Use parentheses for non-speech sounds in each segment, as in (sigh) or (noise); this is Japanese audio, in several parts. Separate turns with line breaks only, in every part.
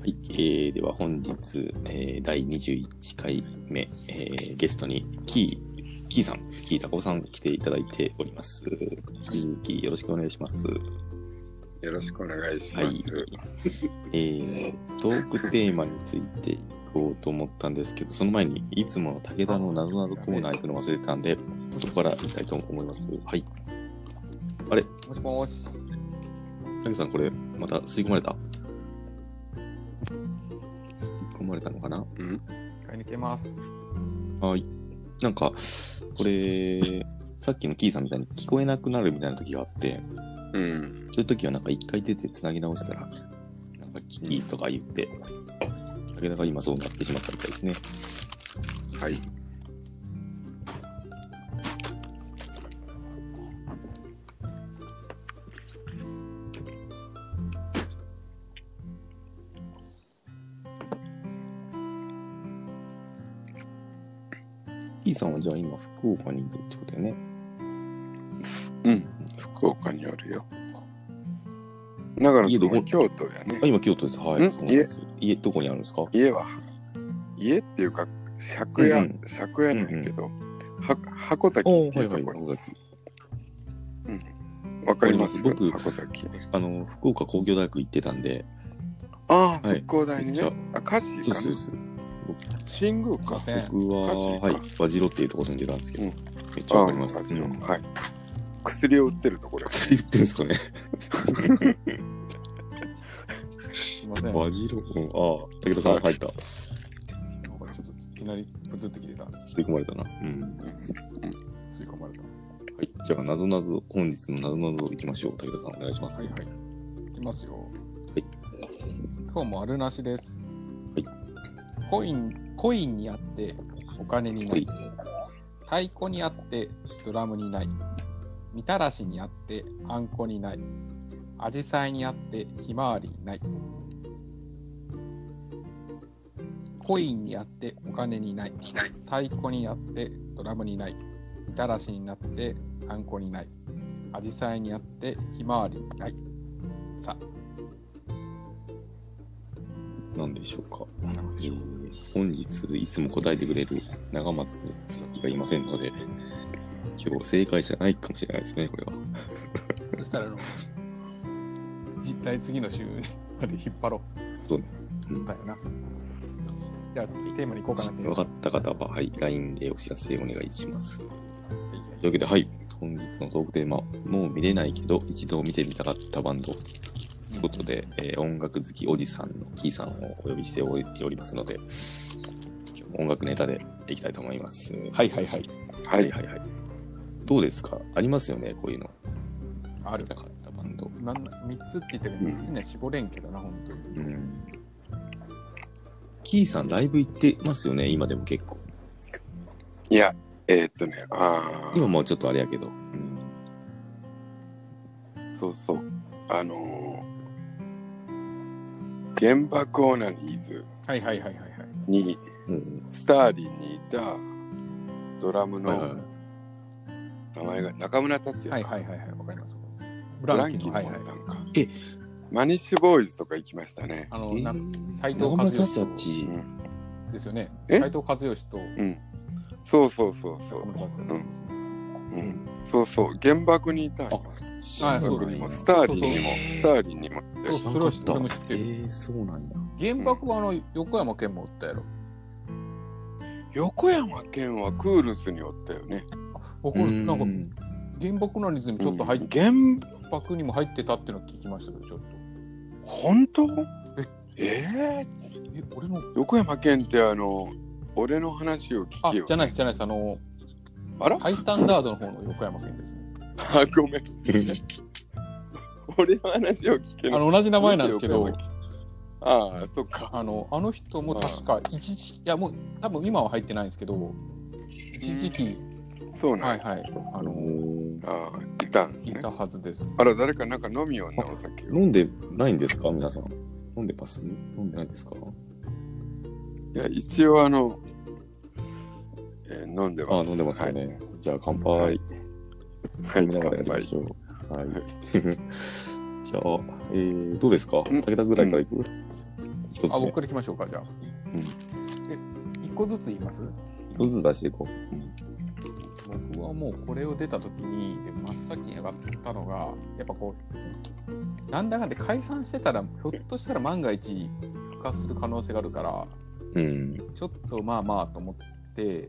はい、えー、では本日、えー、第21回目、えー、ゲストにキー、キーさん、キータコさん来ていただいております。引き続きよろしくお願いします。
よろしくお願いし
は
ま
い
す。。
えー、トークテーマについていこうと思ったんですけど、その前にいつもの武田のなぞなぞコーナー行くの忘れてたんで、そこから行きたいと思います。はい。
もしもーし。
武田さん、これ、また吸い込まれた吸い込まれたのかな
うん、
買いに行けます。
はい。なんか、これ、さっきのキーさんみたいに聞こえなくなるみたいな時があって、
うん、
そういう時はなんか一回出て繋ぎ直したら、なんかキーとか言って、武田が今そうなってしまったみたいですね。
はい。
キーさんはじゃあ今福岡にいるってことだよね。
うん、福岡におるよ。だから
家どこ
京都やね
あ、。今京都です。は
ん
い。そうなんです。家、どこにあるんですか
家は、家っていうか、借家、
うんうん
借家なんやけど、は箱崎
お
っていうところに。
箱崎
わ、かります
僕
箱崎。
あの、福岡工業大学行ってたんで、
ああ、
はい
復興大にね
じゃあ。
あ、歌詞
そう
か
そう
な。
そう。
新宮
すいま
か。
せん。
僕は、は
歌
い
手か、
和白っていうところ住んでたんですけど、
うん
めっちゃわかります。
あー
うん (laughs)
はい。薬を売ってるところや。
薬言ってるんですかね。
すいません。なんか
和白、うん、ああ、武田さん入った。
ちょっといきなりブツって切れた。
吸い込まれたな。うん。
吸い込まれた。は
はい。じゃあ、なぞなぞ、本日のなぞなぞいきましょう。武田さん、お願いします。
いはい。いきますよ。
い
今日もあるなしです。
はい
コイン、コインにあってお金にない。太鼓にあってドラムにない。みたらしにあってあんこにない。アジサイにあってひまわりにない。コインにあってお金にない。太鼓にあってドラムにない。みたらしになってあんこにない。アジサイにあってひまわりにない。さ
何でしょうか。
あ、なんでしょう。
えー本日、いつも答えてくれる長松つきがいませんので、今日正解じゃないかもしれないですね、これは。
そしたらあの、実体次の週まで引っ張ろ
そうね。
う。だよな。じゃあ、テーマに行こうかな。テー
分
マ
かった方は、はい、LINE でお知らせお願いします。
はいはい
というわけで、はい、本日のトークテーマ、もう見れないけど、一度見てみたかったバンド。ということで、えー音楽好きおじさんのキーさんをお呼びしておりおりますので、今日も音楽ネタでいきたいと思います。はいはいはい。
は
はい
い。
はいはい。どうですかありますよね、こういうの。
ある
見たかったバンド。
なん3つって言ったけど、3つには絞れんけどな、本当に。
うん。キーさん、ライブ行ってますよね、今でも結構。
いや、えーっとね、ああ。
今もうちょっとあれやけど。うん。
そうそう。あのー、原爆オナニーズ
はいはいはいはいはい。
に、
うん
スターリンにいたドラム
はいはいは
の
い
名前が中村達也か、
はいはいはいはい、わかります。
ブ
ブラ
ラ
ンキ
ン
ー
キー
の、
だっ
はいはい。
たんか。
え
マニッシュボーイズとか行きましたね。
あの、
え
なん
ー
斉藤
中
和
村
義
達也っち
うん、
ですよね。
え
斉藤和義と
そうそうそうそ
中
う、
村達也のやつですね。
うん。そうそう。原爆にいたんよ。
あ
原
そう
爆
なん
にも、
や
スターリンにも、
そうそう
スターリンにも。
そうそれは知ってる俺も知ってる
えー、そうなんや。
原爆はあの、横山健もおったやろ。
横山健はクールスにおったよね。
僕、なんか原爆のリズムちょっと入っ
うん
て、
原
原爆にも入ってたっていうのを聞きましたけど、ちょっと。
本当えー、
え、俺の、
横山健ってあの俺の話を聞
あ、
け
じ
よ
ゃないです、じゃないです。あの、
あら
ハイスタンダードの方の横山健ですね。
(laughs) あごめん俺の話を聞け
あ
る
の、同じ名前なんですけど、
ああそっか
あのあの人も確か一時期、いやもう多分今は入ってないんですけど、一時期、
そうなん
はい
や
はい、あ
あの
の、
ー
ああいたんです
い
ね
たはずです。
あら誰かなんか飲みようなお酒を
飲んでないんですか皆さん。飲んでます飲んでないですか
いや一応あの、えー飲んで
あ
ま
ー、飲んでますよね。じゃあ乾杯。
はいすはい
飲みながらやりましょう。はい。 (laughs) じゃあ、えー、どうですか
ん
武田ぐらいから行く、行き一つ
あ、
目。
僕からいきましょうか、じゃあ。
ん
で、1個ずつ言います
一個ずつ出していこ
僕はもうこれを出た時にで真っ先に上がったのがやっぱこうなんだかんで解散してたらひょっとしたら万が一復活する可能性があるから
う。うん。
ちょっとまあまあと思って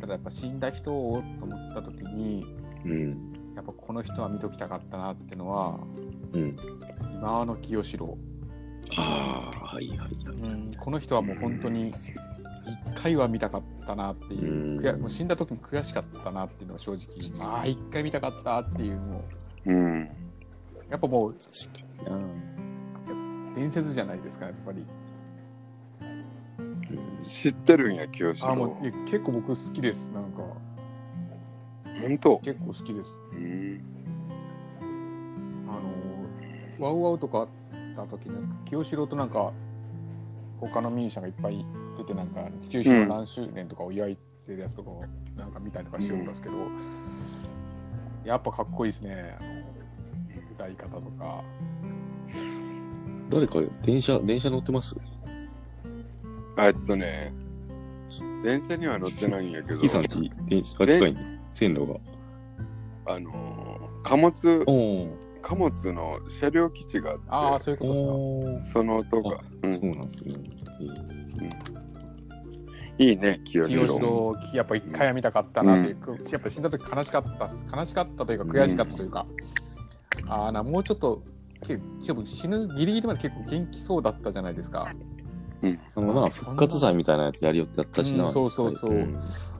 ただやっぱ死んだ人をと思った時に
うん。
やっぱこの人は見ときたかったなってのは
うん。
今の清志郎、
ああ、はいはいはい。
うん、この人はもう本当に1回は見たかったなっていううん悔もう死んだ時も悔しかったなっていうのが正直ああ1回見たかったっていうもう
うん。
やっぱもう
確か
伝説じゃないですかやっぱり
にな。
知ってるんや、清志
あも
郎。
ういや結構僕好きですなんか
本当。
結構好きです
うん。
あのーワウワウとかあった時の清志郎となんか他のミュージシャンがいっぱい出てなんか清志郎何周年とかを祝いてるやつとかをなんか見たりとかしてるんですけど、やっぱかっこいいですねあの歌い方とか
誰か電車、電車乗ってます
あえっとね。電車には乗ってないんやけど。
キさんち、電車、あ、近いね。線路が。
あのー貨物
おー
貨物の車両基地が
あ
あ
あ
って
そういうことですか
おー。
その音が、うん
そうなんですね。え
いいね清
清
志
志
郎
郎やっぱ一回は見たかったなっていう、やっぱ死んだ時悲しかったっす悲しかったというか悔しかったというか、ああなもうちょっと結構死ぬギリギリまで結構元気そうだったじゃないですか
ーあのな、復活祭みたいなやつやりよってやったし
う
な。
んそうそうそうん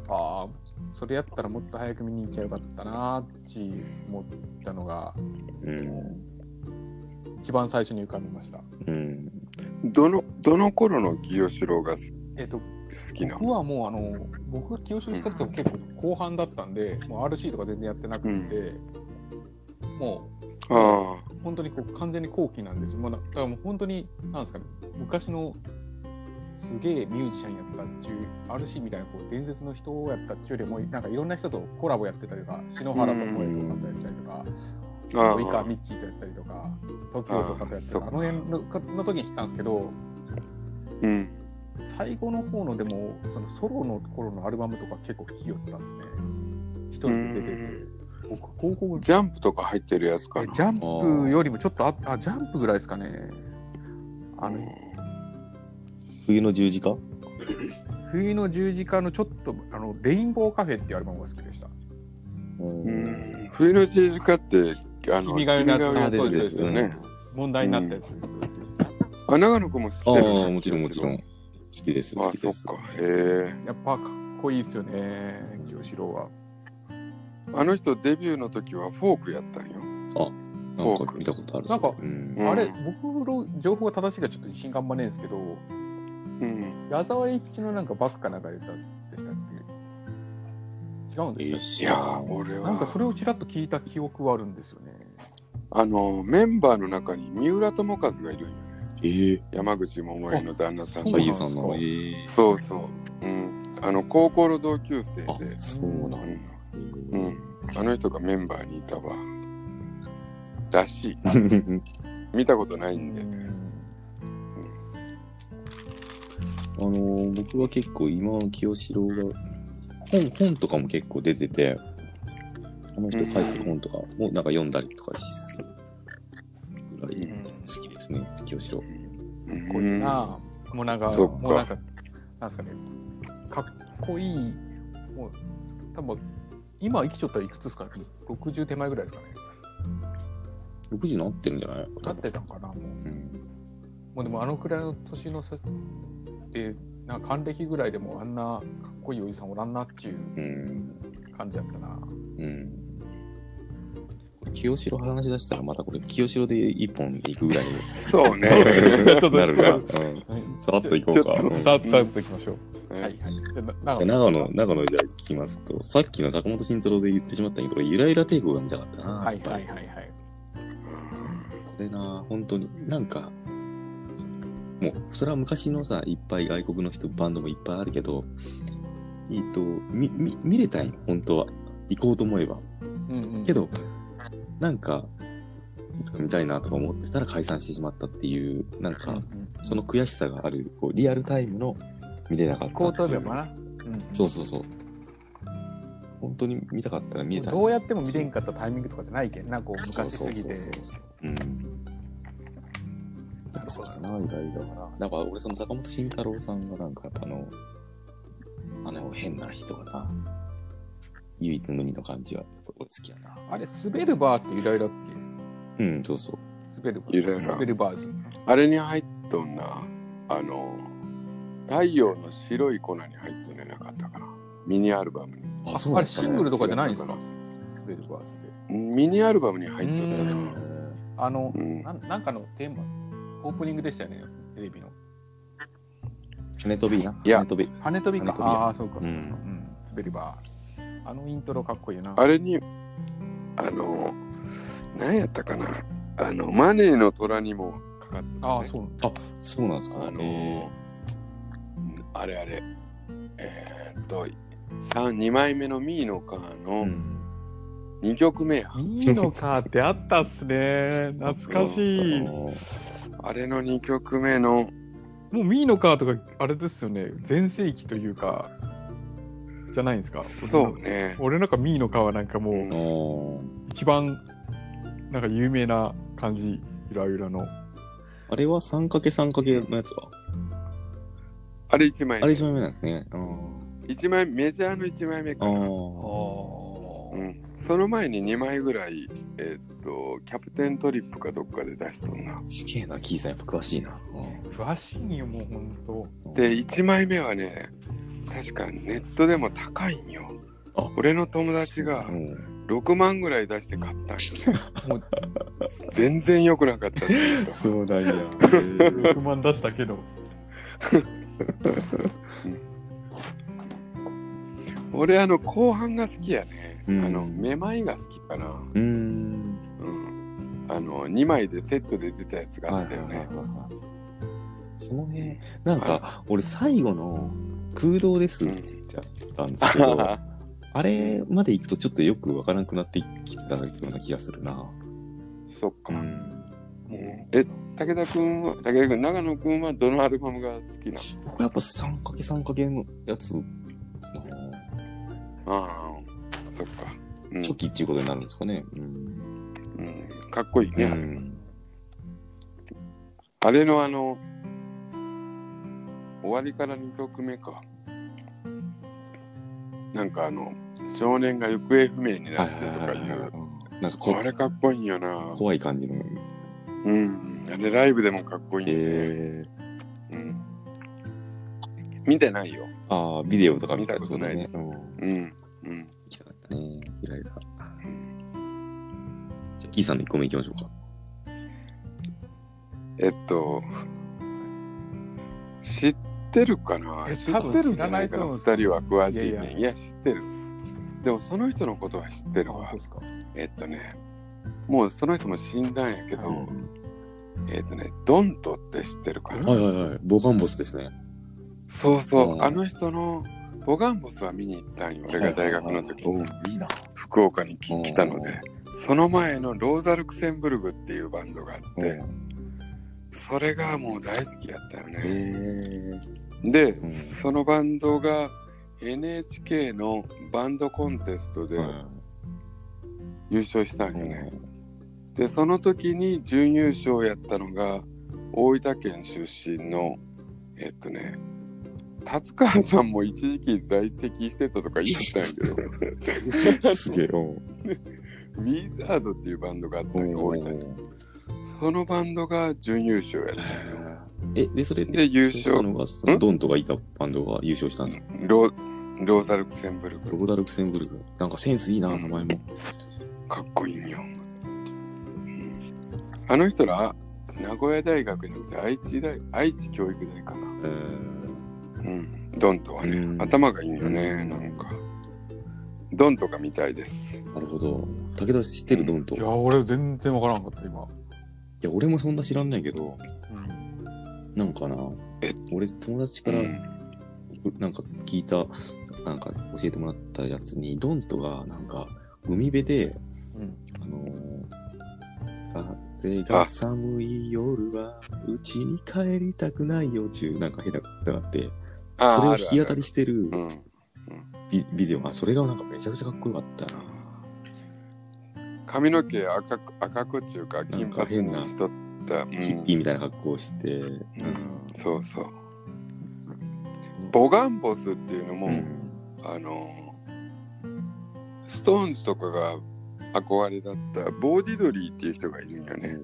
ああそれやったらもっと早く見に行きゃよかったなーって思ったのが
うん。
一番最初に浮かびました
うん。
どのどの頃の清志郎が好
えっ、と
好きな
僕
の
はもうあの僕が清志郎した時も結構後半だったんでもう RC とか全然やってなくて、もう
あ
本当にこう完全に後期なんですよ。まあ、だだからもう本当に、なんですかね、昔のすげえミュージシャンやったっちゅう、RC みたいなこう伝説の人をやったっちゅうよりも、なんかいろんな人とコラボやってたりとか、篠原ともえとかとやったりとか、
あああ
及川ミッチーとやったりとか、東京とかとやったりとか、
あ
あ
あ
の辺のかの時に知ったんですけど、
うん
最後の方のでも、そのソロの頃のアルバムとか結構聴きよったんですね。一人で出てて。僕、高校
ジャンプとか入ってるやつか
え
な
ジャンプよりもちょっとああジャンプぐらいですかねあの
冬の十字架
冬の十字架のちょっとあのレインボーカフェっていうアルバムが好きでした
う。
うんん冬の十字架ってあの
君が代な
君が代
そう
の
で
や
す
つよね
問題になったやつです、そうですそうです
あ長野くんも知ってる
あ
の
あ、もちろんもちろん。
清
好きです、
志郎
好
あ
きです
そ。っかへえ
やっぱかっこいいですよね清志郎は
あの人デビューの時はフォークやったんよ
なんか見たことある。
なんか
うん。
うん
あれ僕の情報が正しいかちょっと自信があんまねえんですけど
うん
矢沢永吉のなんかバッカなんか出たでしたっけ違うん
え
で
ー
す
い
知
や
ら
ー
ん
俺
か
は
なんかそれをちらっと聞いた記憶はあるんですよね
あのメンバーの中に三浦友和がいるんよね
えー、
山口百恵の旦那さん
あ
が
俳優さんの。
そうなん
えー、
そうそう、うん、あの高校の同級生
あ
で、
そうなん
う
だ。
ん
えー
うん、あの人がメンバーにいたわらしい見たことないんで、
(laughs) あのー僕は結構今の清志郎が本本とかも結構出ててあの人書いてる本とかもなんか読んだりとかするぐら
う
い
ん
好きですね清志郎
うん、
かっこいいな、もうなんか
そっか
もうなんかなんですかねかっこいいもう多分今生きちょったらいくつですかね60手前ぐらいですかね
60になってるんじゃない
なってたんかなもう
うん
もうでもあのくらいの年の差でなんか還暦ぐらいでもあんなかっこいいおじさんおらんなっていう
うん
感じだったな
うんこれ清志郎話し出したらまたこれ清志郎で一本いくぐらい
そうね
(laughs) ちょっと
になるな、
ちょ
う
っ
ん、
はい
さらっといこうか、
ちょっ
うん
(laughs) さあさあといきましょうは
はいい
はいじゃ
じ
あ
ゃあ長野、長野じゃあ聞きますと、さっきの坂本慎太郎で言ってしまったけど、これゆらゆら帝国が見たかったな。
はい
やっぱ
はい
り
はいはい
これな、本当に、なんか、もう、それは昔のさ、いっぱい外国の人、バンドもいっぱいあるけど、えっと、み、み、見れたんよ、本当は。行こうと思えば。
うんうん
けど、なんか、いつか見たいなとか思ってたら解散してしまったっていう、なん
うんう
か、
ん
その悔しさがある、こう、リアルタイムの見れなかった。
高等病もな。うん
そうそうそう。本当に見たかったら見えた
どうやっても見れんかったタイミングとかじゃないけんな、こう
そう
昔す
そう
ぎ
そ
て
う。そう。うん。
なるほど
かな、意外だから。なんか俺、その坂本慎太郎さんがなんか、あの、あの変な人がな、唯一無二の感じは、俺好きやな。
あれ、滑るバーって由来だっ
うん、そうそう。
け滑るバ
由来な
ー。滑るバージン。
あれに入っとんなあの太陽の白い粉に入っとんねなかったかなミニアルバムに
あ
あれシングルとかじゃないんです
違
か
う
滑るバーって。
ミニアルバムに入っとんだ
う
な
あの
う、ん
なんなんかのテーマ、オープニングでしたよね、テレビの。
羽飛びな。
いや
羽飛び。
羽飛び
羽。
か
飛びや
ああー、そうか、そうか。う
うん
ん滑るバー。あのイントロかっこいいよな。
あれにあの何やったかなあのマネーの虎にもかかってた、ね、
ああ、そう。
あ、そうなんですか。
あの
え
あれあれえーっと2枚目のミーのカー
ーう
の
ん。
2曲目や、
ミーノカーってあったっす (laughs) ね。懐かし
あ
い。
の
あれの2曲目の
もうミーノカーとか、あれですよね。全盛期というか、じゃないんですか。
そうね
俺なんかミーノカーはなんかもう、
うん
あの
一番、なんか有名な感じ、ゆらゆらの。
あれは 3×3× のやつは
あれ1枚
あれ一枚目なんですね。あー
一枚メジャーの1枚目
あ
かな、
ー。
うん、その前に2枚ぐらいえーっとキャプテントリップかどっかで出しとんな
すげえな、キーさんやっぱ詳しいな。
詳しいよ、もうほんと。
うん
で、1枚目はね確かネットでも高いんよ
あ
俺の友達が
うん
6万ぐらい出して買ったんよ
もう
ね全然良くなかった
(laughs)
って言うと
そうだよ。
6万出したけど。
俺あの後半が好きやね、
うん
あのめまいが好きかな、
うーん。
うん、あの2枚でセットで出たやつがあったよね、
はいはいはいはいその辺、なんか、俺最後の空洞ですって言っちゃったんですけど、 (laughs) あれまで行くとちょっとよくわからなくなってきてたような気がするな。
そっか、
ん。
うんえ武田君は武田君長野君はどのアルバムが好きな
僕やっぱ 3×3× のやつ、あー
のああそっか、うん
初期っていうことになるんですかね。うん。
うん、かっこいいね、
うん
あれのあの終わりから2曲目かなんかあの少年が行方不明にな
は
っ
い
て
はい
と
は
か
い
い
は
う
い。なんかこ
これかっこいいよな
怖い感じの。
うんあれライブでもかっこいいんだよね、
えー、
うん、見てないよ。
ああ、ビデオとか
見たことないです
そうだねうん
うん。うん。
行きたかったね。イライラ。じゃあ、キーさんの1個目行きましょうか。
えっと、知ってるかな
え
知
多
っ
分
てるん
知
じ
ら
ゃ
な
ないい
と
かな、
思うん
二
ですけど
人は詳しいね。
い
い
や
や
い
知ってる。でも、その人のことは知ってるわ
そう。ですか。
えっとね、もうその人も死んだんやけど、
うん
えっとね、ドントって知ってるかな、
はいはいはい。ボガンボスですね。
そうそう、
うん
あの人の、ボガンボスは見に行ったんよ。俺が大学の時、
うんいいな。
福岡にき
うん
来たので、その前のローザルクセンブルグっていうバンドがあって、それがもう大好きやったよ
え
ね。
ー、
で、
うん
そのバンドが NHK のバンドコンテストで優勝したんよね。で、その時に準優勝やったのが大分県出身の、えっとね、達川さんも一時期在籍してたとか言ったんやけど、
(laughs) うんすげえ。うん
ウィザードっていうバンドがあったんよ、大分に。
うん
そのバンドが準優勝やったんよ。
え、で、それ
で優
し
勝
たのが、そのドンとかいたバンドが優勝したんですか
ロローザルクセンブル
ロ
ク。
ーダルクセンブルク。なんかセンスいいな、
うん
名前も。
かっこいいんよ。あの人ら、名古屋大学じゃなくて愛知大、愛知教育大
え
かな。
ー
うん。ドンとはね
う、ん
頭がいいよね、
うん
なんか。ドンとかみたいです。
なるほど。武田知ってるドンと。
い
い
や、
や、
俺全然わからんかった、今。
俺もそんな知らんないけど、
うん
なんかな
え、
俺友達
う
から
ん。
なんか聞いた、なんか教えてもらったやつに、ドンとがなんか海辺で、
うん
あのーあ風が寒い夜は、うちに帰りたくないよ、中、なんか変なことがあって、
あ
それを
あ
弾き
る
語
ある
りしてる
うん。
ビビデオが、それがなんかめちゃくちゃかっこよかったな。
髪の毛赤く赤くっていうか金髪にしとった、うん
ヒッピーみたいな格好をして、うん。
そうそうボガンボスっていうのも、
うん
あのストーンズとかが憧れだったボーディドリーっていう人がいるんよね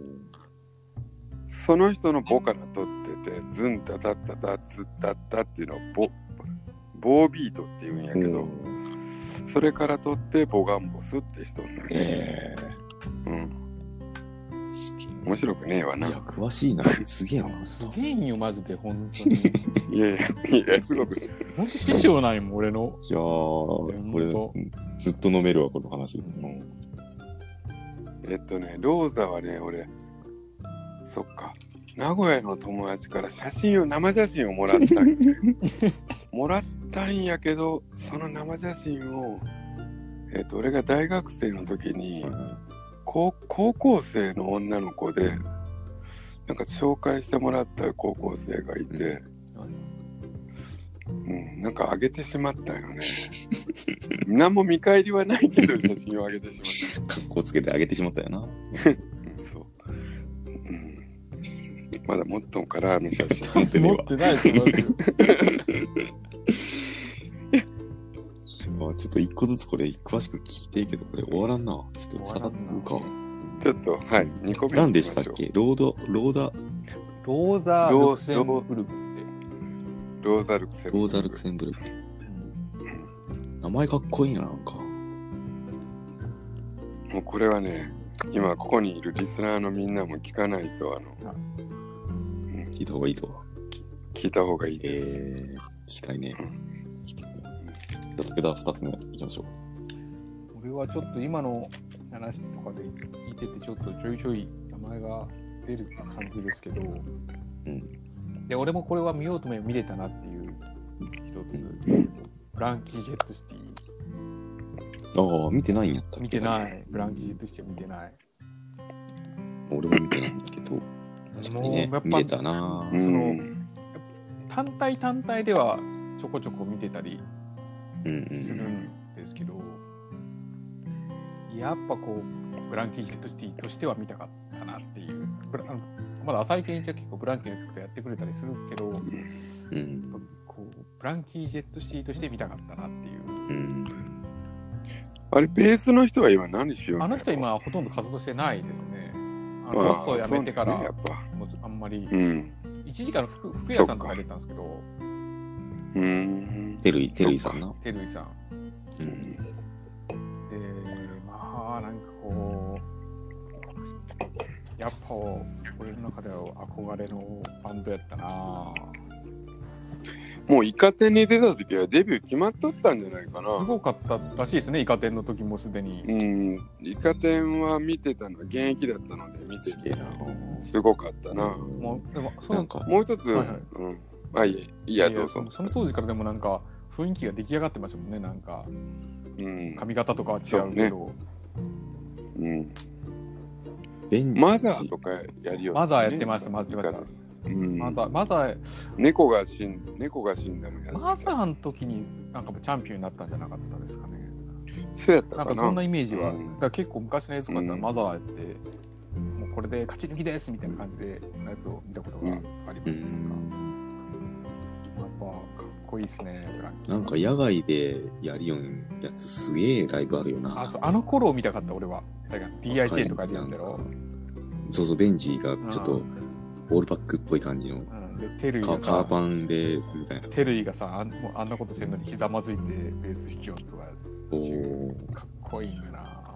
その人のボカナ取っててズンタタッタタッツッタッタっていうのをボボービートっていうんやけど、
うん
それから取ってボガンボスって人になる、
え
うん
え
面白くねえわ
い
な
や、詳しいな。 (laughs) すげえな。
すげえんよ、マジで、本当 (laughs) に。
いやいやいやすごく
本当師匠ないもん、俺の。
いやー、これ、
ほんと
うんずっと飲めるわ、この話。うん
えっとね、ローザはね、俺、そっか、名古屋の友達から写真を、生写真をもらった
(laughs)
んよねもらったんやけど、その生写真を、えっと、俺が大学生の時に、高高校生の女の子で、なんか紹介してもらった高校生がいて、うん、なんかあげてしまっ
(laughs)
たよね。何も見返りはないけど、写真をあげてしまった。
格好つけてあげてしまったよ (laughs) な。
うんそう。うん。まだ持っとんから、あの写真。
持ってねえ
持
わ
ってないと思うけど
あちょっと一個ずつこれ詳しく聞いていいけど、これ終わらんな。ちょっとさらっと言うか。
ちょっと、はい、2個目。
何でしたっけロード、ローダ、
ローザー・
ロー
ルクセンブルクって。
ローザルクセル。
ローザルクセンブルク。名前かっこいいな、なんか。
もうこれはね、今ここにいるリスナーのみんなも聞かないと、あの、
あ
うん
聞いた方がいいとは。
聞いた方がいいです。
えー、聞きたいね
う。
聞きたいねじゃあ、武田二つ目いきましょう。
俺はちょっと今の話とかで聞いててちょっとちょいちょい名前が出る感じですけど、で俺もこれは見ようと思えば見れたなっていう一つブランキー・ジェット・シティ
ああ、見てないんやったっけ
見てないブランキー・ジェット・シティ見てない
俺も見てないんだけど、確かにね、
もう
見
や
れ
っぱ
たな
う。ん
その単体単体ではちょこちょこ見てたり
うんう
する
ん。
んですけど、やっぱこうブランキー・ジェット・シティとしては見たかったなっていうブラあのまだ浅い研究は結構ブランキーの曲とやってくれたりするけどやっ
うん。
ぱこうブランキー・ジェット・シティとして見たかったなっていう
うん。
あれ、ベースの人は今何しよう
あの人、今ほとんど活動してないですねあ
ま
の
あ
ロッソを辞めてから
そうだよねやっぱ。
もうあんまり
うん。
一時間の福福屋さんとか出たんですけど
うん。
てるい、てるいさんな。
照井さん
うん。
でまあなんかこうやっぱ俺の中では憧れのバンドやったな
もうイカ天に出た時はデビュー決まっとったんじゃないかな。
すごかったらしいですねイカ天の時もすでに、
うん。イカ天は見てたの、現役だったので見て
すげえ
て、
な。
すごかったな。
もうでもそ
な
の
んか、
もう一つ、
はいはい
うん、あ、いいえいいや、どうぞ
その。その当時からでもなんか雰囲気が出来上がってましたもんねなんか
うん、
髪型とかは違うけど
うん、
ベン
マザーとかやりよ、
マザーやってましたマザーやってまし
うん、
マザーマザー
猫が死ん、猫が死んだのや
マザーの時になんかチャンピオンになったんじゃなかったですかね
そうやった
なん
か
か
な。
そんなイメージは、
うん
だから結構昔のやつとかだった
う
ら
ん
マザーやって、もうこれで勝ち抜きですみたいな感じでのやつを見たことがあり
う
ます、なんか
ん。
やっぱかっこいいですねブランキー
なんか野外でやりよんやつすげえライブあるよな。
あそうあの頃を見たかった俺はだから
若い
DIJ とかでやるんだろ、
そうそう、ベンジがちょっとオールバックっぽい感じの、
うん、でテルイ
カ
が
カー
さ
パンで、みたいな。
テルイがさあんもうあんなことしてんのにひざまずいてベース弾きようとか
おー
かっこいいんだな、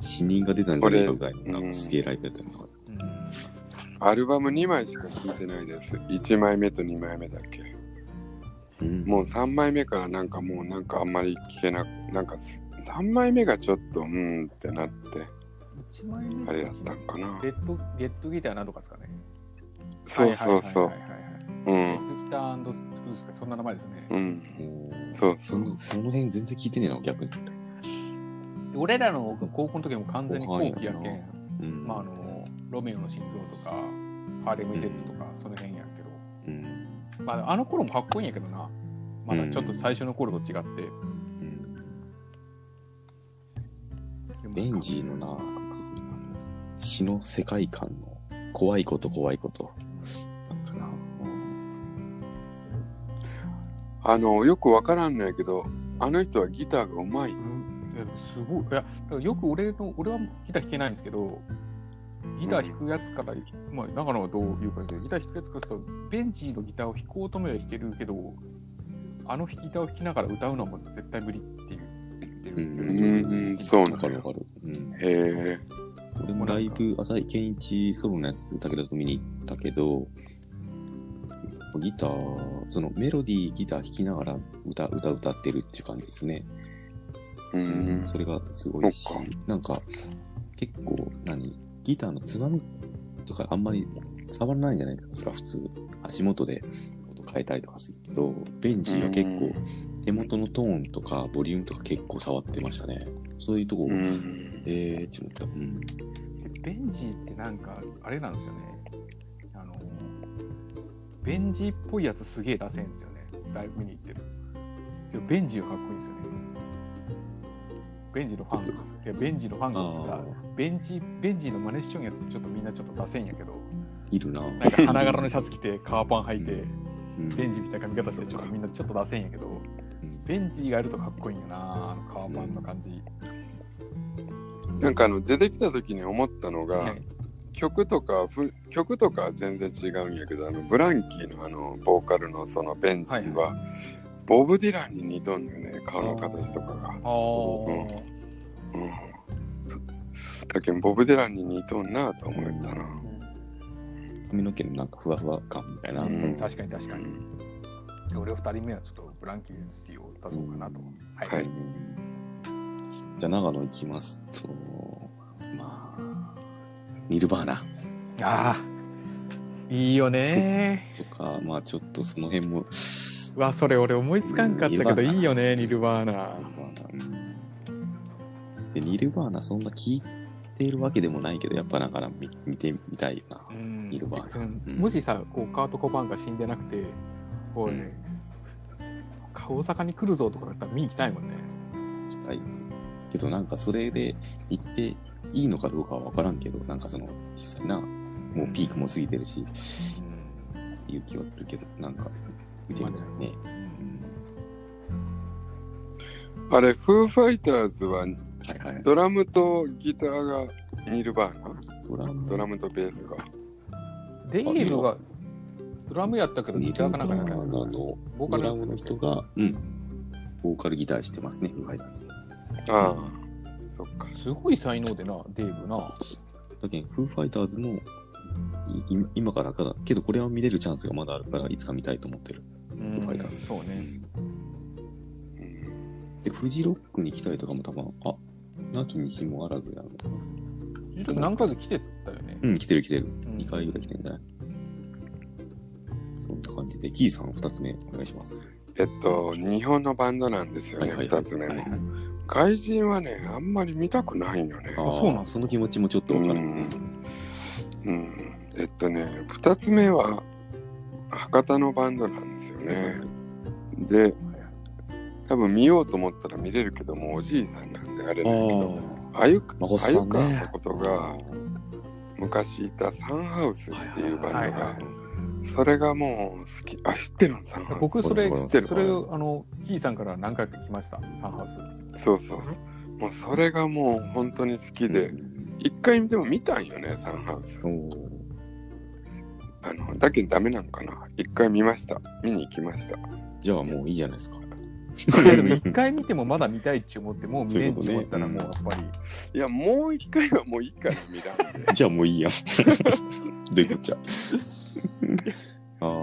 死人が出たんじゃないかぐらいの、なんかすげえライブやったよな。
うん、
アルバム2枚しか聴いてないです。1枚目と2枚目だっけ。
うん
もう3枚目からなんかもうなんかあんまり聴けなく、なんかす3枚目がちょっとうーんってなって、
一枚目
あれやったんかな
レ。ッドレッドギターなんとかですかね
そうそうそう
はい。はいはいはいはい
うん。
レッドギタートゥースかそんな名前ですね、
うん。
おー
そう
そのその辺全然聞いてねえな、逆に。
俺らの高校の時も完全に後期やけん、
うん
まあ、あのロメオの心臓とかハーレム・鉄とかその辺やけど、
うん
まあ、あの頃もかっこいいんやけどなまだちょっと最初の頃と違って、
うん
でも
ベンジーのな、あの詩の世界観の怖いこと怖いこと。なんかな。
あのよくわからんのやけどあの人はギターがうまい
うんいやすごいいやだからよく俺の俺はギター弾けないんですけどギター弾くやつから、まあ、長野はどういうかだけどギター弾くやつからするとベンジーのギターを弾こうと思えば弾けるけどあのギターを弾きながら歌うのはもう絶対無理っていう言ってる
うん
うんうんそう
わ
な
か
の
る
よ
わかる。うん。
へえ
俺もライブ、浅井健一ソロのやつ、武田と見に行ったけど、ギター、そのメロディー、ギター弾きながら歌、歌、歌ってるっていう感じですね。
う
うん
ん
それがすごいし
そっか、
なんか、結構、何、ギターのつまみとかあんまり触らないんじゃないですか、普通。足元で音変えたりとかするけど、ベンジーは結構、手元のトーンとか、ボリュームとか結構触ってましたね。そういうとこ、
うん
えー、ちょっと思っ
でベンジーってなんかあれなんですよねあのベンジーっぽいやつすげえ出せんですよねライブ見に行ってるでもベンジーはかっこいいんですよねベンジーのファンがさいやベンジーのファ
た。
ン
うん。
が
あ
さ
あ、
ベンジーベンジーの真似しちゃうやつちょっとみんなちょっと出せんやけど
いるな。
なんか花柄のシャツ着て革パン履いて、
うん
ベンジーみたいな髪型してちょっとみんなちょっと出せんやけどベンジーがいるとかっこいいんよなあの革パンの感じ、
なんかあの出てきた時に思ったのが、
はい
曲とかふ曲とかは全然違うんやけどあのブランキーのあのボーカルのそのベンジーは、ボブ・ディランに似とんのよね顔の形とかが。
あ
うん
ー
そだけどボブ・ディランに似とんなと思ったな。
髪の毛のなんかふわふわ感みたいな。
う
うん
ん
確かに確かに俺は2人目はちょっとブランキーシーを出そうかなと。はい。
はい
じゃあ長野行きますと、まあ、ニルバーナ
ああ、いいよね
とか、まあちょっとその辺も、
ー。わ、それ俺思いつかんかったけど、
うん
いいよね、ニルバー
ニ
ナ。
ルバーナうんで、ニルバーナそんな聞いてるわけでもないけど、やっぱだから見見てみたいよな。
うん
ニルバーナうん
もしさ、こうカート・コバーンが死んでなくて、こう
うん
ね、大阪に来るぞとかだったら見に行きたいもんね。
したいけどなんかそれで行っていいのかどうかは分からんけどなんかその実際なもうピークも過ぎてるしいう気はするけどなんか見てみたいね、
あれフー・ファイターズは
はいはい
ドラムとギターがニルバーナ
ドラム
ドラムとベースか。
デイ
いい
ブ
よ
がドラムやったけど、ギ
ニ
タ
ル
ー
バ
かな
ー
んかや
ナ
らない
の
ボーカ
ド
ル
ラ
や
ム
っ
の
たけど
人がうんボーカルギターしてますねフーファイターズで
ああそっか。
すごい才能でな、デイブな。
だけどフーファイターズもい今今からかだけどこれは見れるチャンスがまだあるからいつか見たいと思ってる
うん
ファイターズ
そうね。
うん
でフジロックに来たりとかも多分あなきにしもあらずやろ
何回か来てたよね。
うん来てる来てる
うん
2回ぐらい来てんじゃないそんな感じで、キーさん2つ目お願いします。
えっと日本のバンドなんですよね、二つ目
はい
も
はい。
外人はねあんまり見たくないよね。
あ
そうなん
ーその気持ちもちょっとわかる。
うんうん、えっとね2つ目は博多のバンドなんですよねで多分見ようと思ったら見れるけどもおじいさんなんであれ
あ
なんだけど
あ、
あゆ
孫
あ
さ
ゆ
ん
か
ね
のことが昔いたサンハウスっていうバンドが、
はいはいはい
それがもう好きあ知ってるんサンハウス
僕それ
これ
知ってる
それをあのキーさんから何回か来ましたサンハ
(laughs)
ウス。
そうそうそうもうそれがもう本当に好きで一、回でも見たんよねサンハウス
おー
あのだけどダメなんかな一回見ました見に行きました
じゃあもういいじゃないですか。
いやでも一回見てもまだ見たいっちゅう思ってもう見れんっちゅう思ったら
そういう
も
う
やっ
こ
ぱり
いやもう一回はもういいから見らん
じゃあもういいやん。 (laughs) でこっ (laughs) ちゃ。ああ、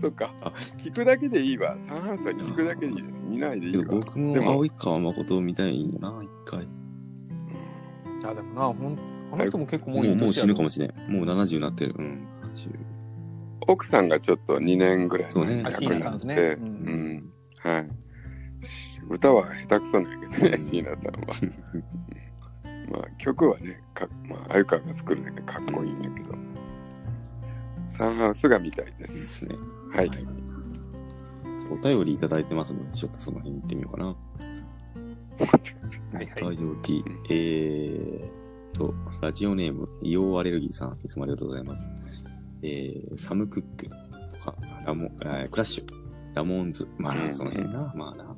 そっか
あ
聞くだけでいいわサンハウスは聞くだけでいいです見ないでいい
けど
わ
僕も
でも
青川誠を見たいな、一回。
あでもなほんあの人も結構もう
もうもう死ぬか
も
もしれん。もう70になってる。うん。70
奥さんがちょっと2年ぐらい
そうね
亡
あ
く
椎名
な
さん
っ
で
て
すね
う
うん
んはい歌は下手くそなんやけどね椎名さんはまあ曲はねか、まあ、あゆかが作るだけかっこいいんだけどサンハウスがみたい
い
で
い
す
ですね。
はい
じゃあお便りいただいてますので、ちょっとその辺行ってみようかな。
はいはい
お便り、えーっと、ラジオネーム、硫黄アレルギーさん、いつもありがとうございます。えー、サム・クックとか、ラモえークラッシュ、ラモーンズ、まあ
うんうん
な、その辺な、まあな、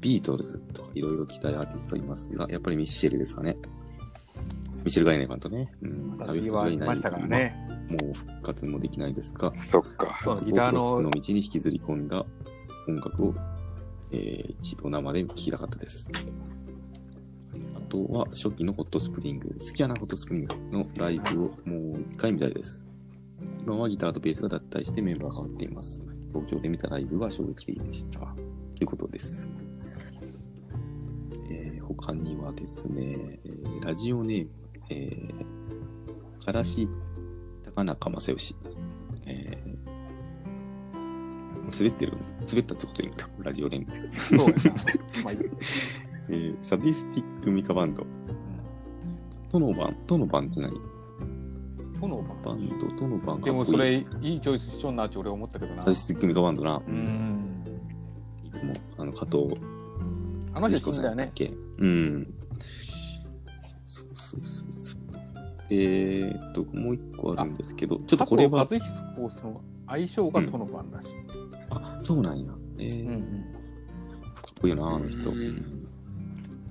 ビートルズとかいろいろ聞きたいアーティストいますが、やっぱりミッシェルですかね。ミッシェル・ガイネー監督ね。うん、
私はいましたからね。
今もう復活もできないですが、
そっ
(laughs)
か
そう、ギ
ギター
ター
の
の、
道に引きずり込んだ音楽を、えー一度生で聴きたかったです。あとは初期のホットスプリング、好きやなホットスプリングのライブをもう一回見たいです。今はギターとベースが脱退してメンバーが変わっています。東京で見たライブが衝撃的でした。ということです。えー他にはですね、えーラジオネーム、えー、からし高中正義。えー滑ってる滑ったってこと今ラジオ連盟、
そうやな。まあいい
えーサディスティックミカバンドトノバントノバンって何
トノバ
バンドトノバン
で
か
も
っこいい
それいいチョイスしちょんなって俺思ったけどな
サディ。スティックミカバンドな、
う、ん。
いいと思うあの加藤
あの
ジェシ
人
コ
死
さ
ん
んだ
だよ
ったっ
ね。
けうんそうそうそうそうえー、っともう一個あるんですけどちょっとこれは
加藤和彦の相性がトノバンらしい。
あそうなんやえー
うんう
か
ん。
っこいいよなあの人、
うん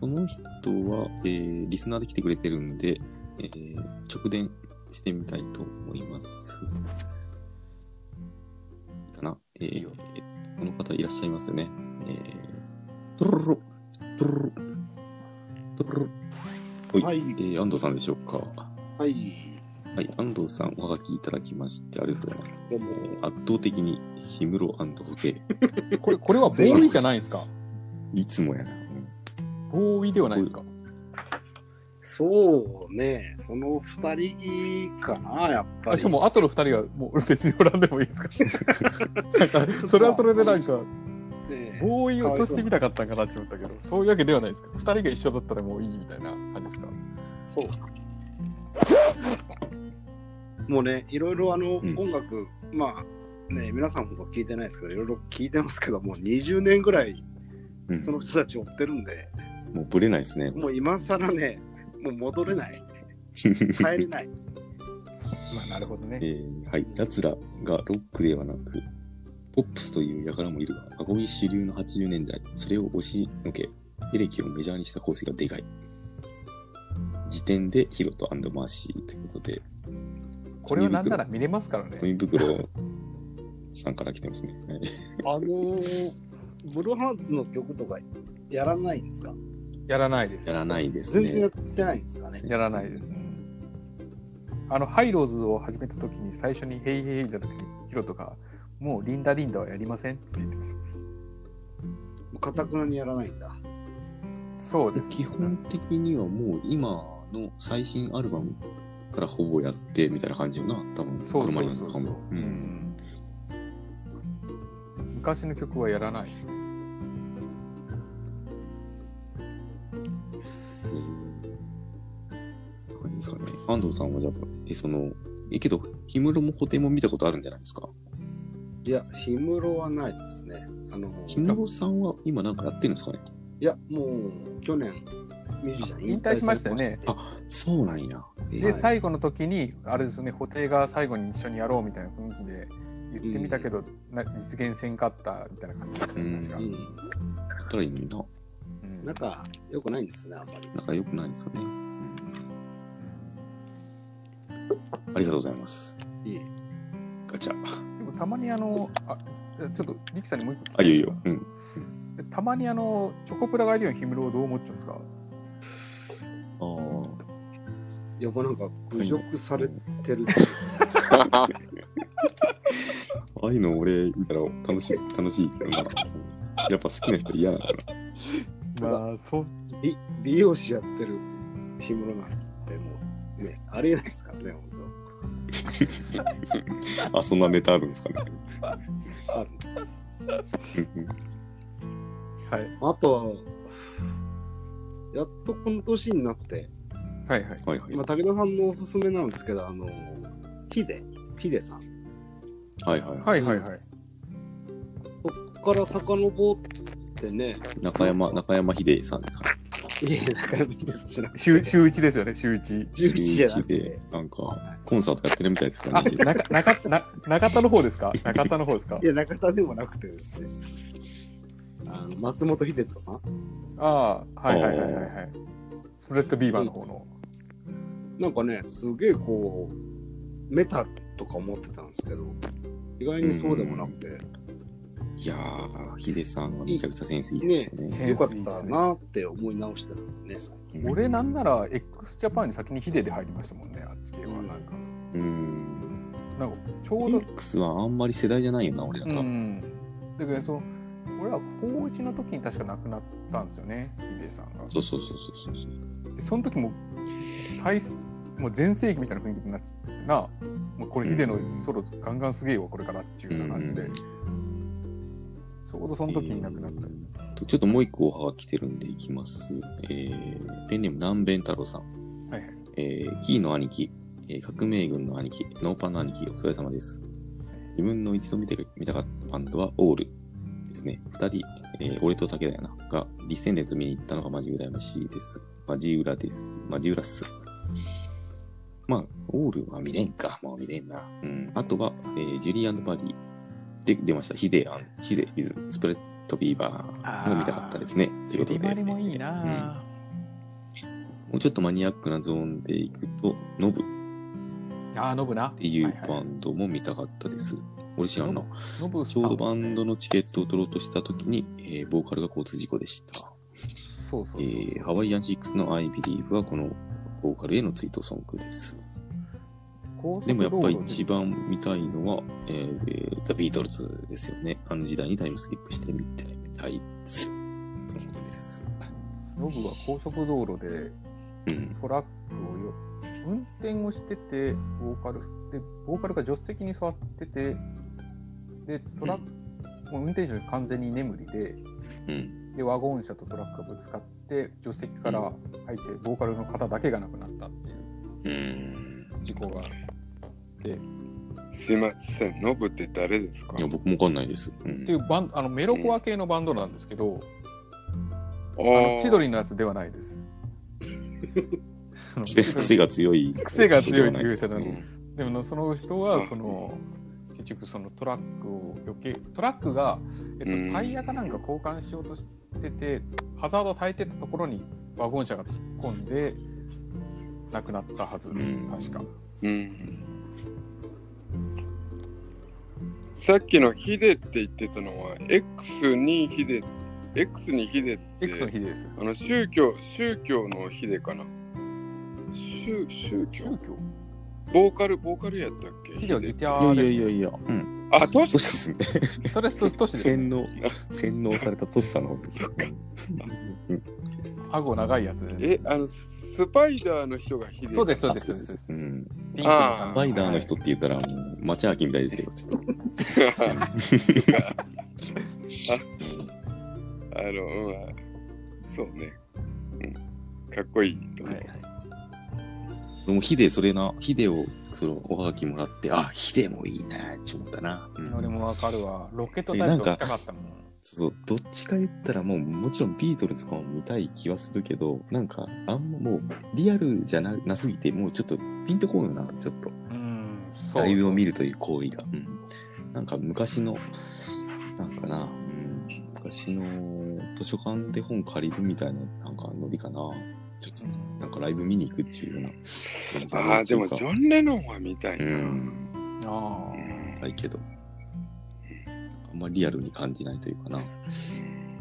この人は、えーリスナーで来てくれてるんで、えー直伝してみたいと思います。かな、えー
いいよ
この方いらっしゃいますよね。えー、トロロロ、トロロロ、トロロロ。は、
はいい
えー安藤さんでしょうか。は
はい。
い、安藤さん、おはがきいただきまして、ありがとうございます。
で
え
も、
ー圧倒的に、氷室ホテル。
これ、これはボーイじゃないんですか
いつもやな。
ボーイではないですか
そうね、その二人かな、やっぱ
あ
り。
しかも、後の二人はもう別に選んでもいいですかなんか (laughs) それはそれでなんか、
ね
ボーイを落としてみたかったんかなって思ったけど、そういうわけではないですか二人が一緒だったらもういいみたいな感じですか
そう。もうね、いろいろあの、
うん
音楽、まあ、ね、皆さんほど聞いてないですけど、いろいろ聞いてますけど、もう20年ぐらい、
うん
その人たち追ってるんで、
もうぶれないですね。
もう今更ね、もう戻れ (laughs) ない、帰れない。
まあ、なるほどね。
えーはい、奴らがロックではなく、ポップスという輩もいるが、アゴギ主流の80年代、それを押しのけ、エレキをメジャーにした功績がでかい。時点でヒロとアンドマーシーということで、
これはなんなら見れますから
ゴミ
ね。
袋さんから来てますね。はい
あのー、ブルーハーツの曲とかやらないんですか
やらないです
や。らないです
全然や
ね
っ。てないんですかね
やらないです。あの、ハイローズを始めた時に、最初にヘイヘイヘイだ時に、ヒロとか、もうリンダリンダはやりませんって言ってまし
かたくなにやらないんだ。
た。そうです。
基本的にはもう今の最新アルバムからほぼやってみたいな感じよな、多分、
そう
車
そ
に
う
なるん
そ
です
うそ
か
う
も。う
うんん昔の曲はやらないです。
感じですかね。安藤さんは、じゃあ、え、その、え、けど、氷室も布袋も見たことあるんじゃないですか。
いや、氷室はないですね。あのー
氷室さんは今なんかやってるんですかね。
いや、もう去年、ミュージシャン
引退しましたよね。
あそうなんや。え
で、最後の時に、あれですね、布袋が最後に一緒にやろうみたいな雰囲気で言ってみたけど、な実現せんかったみたいな感じでしたね、確か。
う
う
やったらいいのにな。
うん
ん、なんか、よくないんですね、あんまり。
仲良くないんですよね。ありがとうございます。
いい
ガチャ。
でもたまにあの、あちょっと、リキさんにもう一個聞き
あ、
た
いい
い
よい
ん
い
ですが
よ。うん。
たまにあの、チョコプラガイディオン氷室をどう思っちゃうんですか
あ
やっぱなんか、侮辱されてる。
(laughs)
あ。ああいうの俺見たら楽 (laughs) しい、楽しいけどな。やっぱ好きな人嫌なのかな。
ま
あ、そう。
美美容師やってる氷室なんて、もう、ね、ありえないですからね、本
(laughs) あ、そんなネタあるんですかね。
当ある
うんうん
はい。
あとは、やっとこの年になって、
はいはい。
はいはい
まあ、武田さんのおすすめなんですけど、あの、ヒデ、ヒデさん。
はいはいは
はいはいはい。
ここから遡ってね、
い。中山、中山秀さんですか。
いやいや、中山ヒデさんじゃなくて、
週週一ですよね、週一。
11じゃなく
で
て、、
なんか、コンサートやってるみたいですか
あ、
ね。
なか中な中田の方ですか中田の方ですか
いや、中田でもなくてですね、あの松本秀人さん。
ああ、はいはいはいはいはい。スプレッドビーバーの方の。
なんかね、すげえこう、メタとか思ってたんですけど、意外にそうでもなくて、
いやー、秀さんはめちゃくちゃセンスいいっすよ
ね
ね。
うん
よかったなって思い直してますね、最近
うん
俺なんなら x ジャパンに先にヒデで入りましたもんね、あっち系は。なんか、
うん。
なんかちょうど、
X はあんまり世代じゃないよな、俺ら
う
多分。
ん。だけど、その、俺は高1の時に確か亡くなったんですよね、ヒデさんが。
そうそうそうそうそう。
でその時も最すもう全盛期みたいな雰囲気になっちゃなもうこれヒデのソロガンガンすげえわこれからっていうような感じで、
うん
ちょうどその時に亡くなった、
とちょっともう一個おはが来てるんでいきます。えー、ペンネーム南弁太郎さん。
はいはい
えーキーの兄貴、えー革命軍の兄貴、ノーパンの兄貴、お疲れ様です。自分の一度見てる見たかったバンドはオールですね。二人、えー俺と武田やな、が、ディセンデンツ見に行ったのがマジ羨ましいです。マジ裏です。マジ裏っす。まあ、オールは見れんか。まあ見れんな。うん。あとは、えージュリーバディ。で、出ました。ヒデアン、ヒデ、ビズ、スプレッドビーバーも見たかったですね。ということで。
いい
なもうちょっとマニアックなゾーンでいくと、ノブっ
ああノブなって
いうバンドも見たかったです。俺知らんな。
ノブ
ち
さ
ょうど
ん
バンドのチケットを取ろうとした時に、えーボーカルが交通事故でした。
そうそうそう、
えーハワイアンシックスの I Believe はこのボーカルへの追悼ソングです。
高速
でもやっぱ
道路
一番見たいのは、えー、ザ・ビートルズですよね。あの時代にタイムスキップしてみたいみたいです。とのことです。
ノブは高速道路で
うん。
トラックをよ運転をしててボーカルでボーカルが助手席に座っててでトラック、もう運転手が完全に居眠りで
うん。
でワゴン車とトラックがぶつかって助手席から入ってボーカルの方だけが亡くなったっていう
うん。
事故があって、
すいません、ノブって誰ですか
いや、僕もわかんないです。うん
っていうバンあのメロコア系のバンドなんですけど、
あ
あ
ー
の千鳥のやつではないです。あの
癖癖が強い。
癖が強いって言う
う
てた
う
のに、
ん
でもその人はその結局そのトラックを避けトラックが、えっ
うん
と、タイヤかなんか交換しようとしててハザードを焚いてたところにワゴン車が突っ込んで亡くなったはず、
ん
確か。
うんさっきのヒデって言ってたのは X にヒデ X にヒデって
X の日です。
あの宗教宗教のヒデかな宗宗
宗
教
教
ボーカルボーカルやったっけ
ヒデはギタ
いや
ー
いや
で
いやいや。うん。
あト
ト
シ
シですね。
す。それと都市です、
洗
ね。
脳、洗脳されたトシさんのこと。
顎長いやつです。
えあのスパイダーの人がヒデ
そうです、そう
あ
です。
そう
そう
で
ですす
う。ん。
ピンク
あ
の
ー
スパイダーの人って言ったら、もう、町明みたいですけど、ちょっと。
(laughs) あのうんそうね、うん、かっこいいと思う、
でもヒデ、それな、ヒデを、その、おはがきもらって、あ、ヒデもいいな、ちょっとな。うん
俺もわかるわ。ロケットタイプが来たかったもん。
そうそう、どっちか言ったら、もう、もちろんビートルズとかも見たい気はするけど、なんか、あんまもう、リアルじゃななすぎて、もうちょっと、ピンとこんよな、ちょっと。
うん、そう
ラ。イブを見るという行為が。うん、なんか昔の、なんかな、うん、昔の図書館で本借りるみたいな、なんかノリかな。ちょっと、なんかライブ見に行くっていうような感じ
ああでもジ
ちょっ
ョン・レノンは見たいな、
うん
あ
うん
とないけど、あんまりリアルに感じないというかな。ち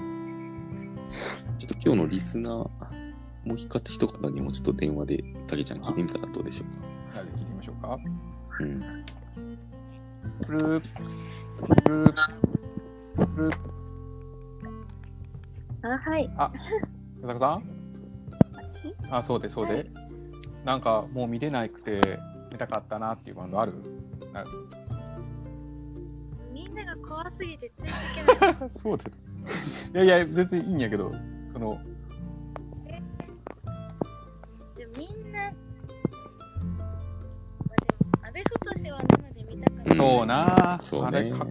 ょっと今日のリスナー、もう一方一方にもちょっと電話で、たけちゃん聞いてみたらどうでしょう
あ。なので聞いてみましょうか。
か。うん。
プループループルー
あ、はい。
矢坂さん
私
あ、そうで、そうで。
はい
なんかもう見れなくて、見たかったなっていうバンドあるな
みんなが怖すぎてついていけ
(laughs)
ない。
そうで。いやいや、全然いいんやけど、その、
でもみんなベフトシは生で見たくない。
そうな
そうね
あれか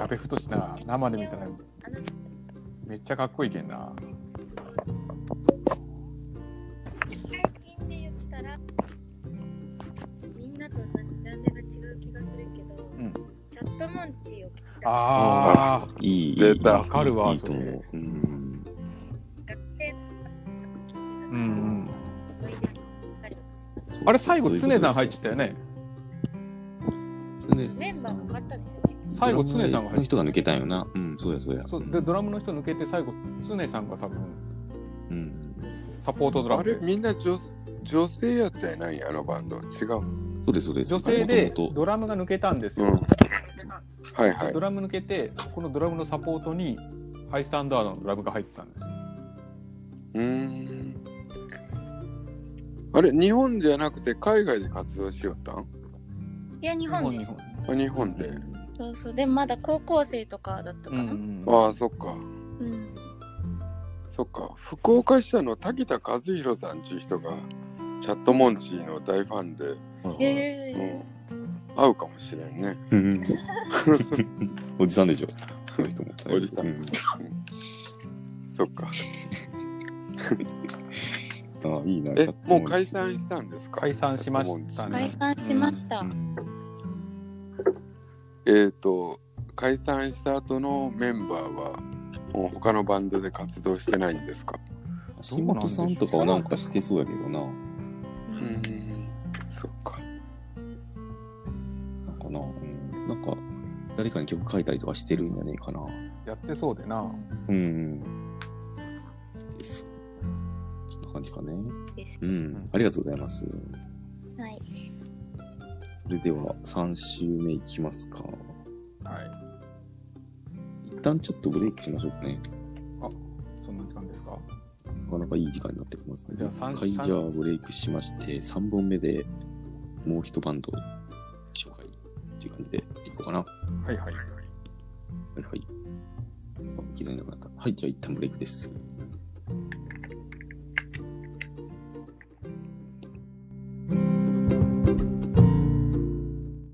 阿部太な生で見たら
あの
めっちゃかっこいいけんな
最近で言ったらみんなと同じジャンルが違う気がするけど、
うん
チャットモンチーを聞きたい
あ
いいいい。
出た
いい
わかるわ
いいと思う。うん。
学生の
ーうん
思い出に光る
そう
うんあれ最後
そう
常さん入ってたよね
そういうことで
メ
す
ン
常さ
バー
ん
も。買ったでしょね
最後常さんが
この
入って
人が抜けたんよな。うん、そうやそうや。
たそうでドラムの人抜けて最後常さんが多分
うん。
サポートドラ
あ
ム
れ
で
みんな女女性やったやないあのバンド違う
そうですそうです。
女性で
元々
ドラムが抜けたんです
う
よ、
んはいはい
ドラム抜けてこのドラムのサポートにハイスタンダードのドラムが入ってたんですよ
うーんあれ日本じゃなくて海外で活動しよったん
いや日本です
本
あ日本で、
そうそうでまだ高校生とかだったか
う
な、
んうん
ああそっか
うん
そっか福岡支社の滝田和弘さんちゅう人がチャットモンチーの大ファンで、
へえ
うん、会うかもしれんね
うん (laughs) おじさんでしょ。その人も。
おじさん
う
そっか
ああ、いいな。
えもう解散したんですか
解散しましたね
解散しました、
うん
えっ、と解散した後のメンバーはもう他のバンドで活動してないんですか
橋本さんとかはなんかしてそうやけどな。
う
うん
ーんそっか
なんかな。うんなんか、誰かに曲書いたりとかしてるんじゃねえかな。
やってそうでな
うん。です。そんな感じかね。
です
うん。ありがとうございます。
はい
それでは3週目いきますか。
はい
一旦ちょっとブレイクしましょうかね。
そんな時間ですか
なかなかいい時間になってきますね。
じゃあ三
一回じ
三
ゃあブレイクしまして、3本目でもう一バンド紹介っていう感じでいこうかな。は
はいはい
いはい。あ刻んでなくなった。はい、じゃあ一旦ブレイクです。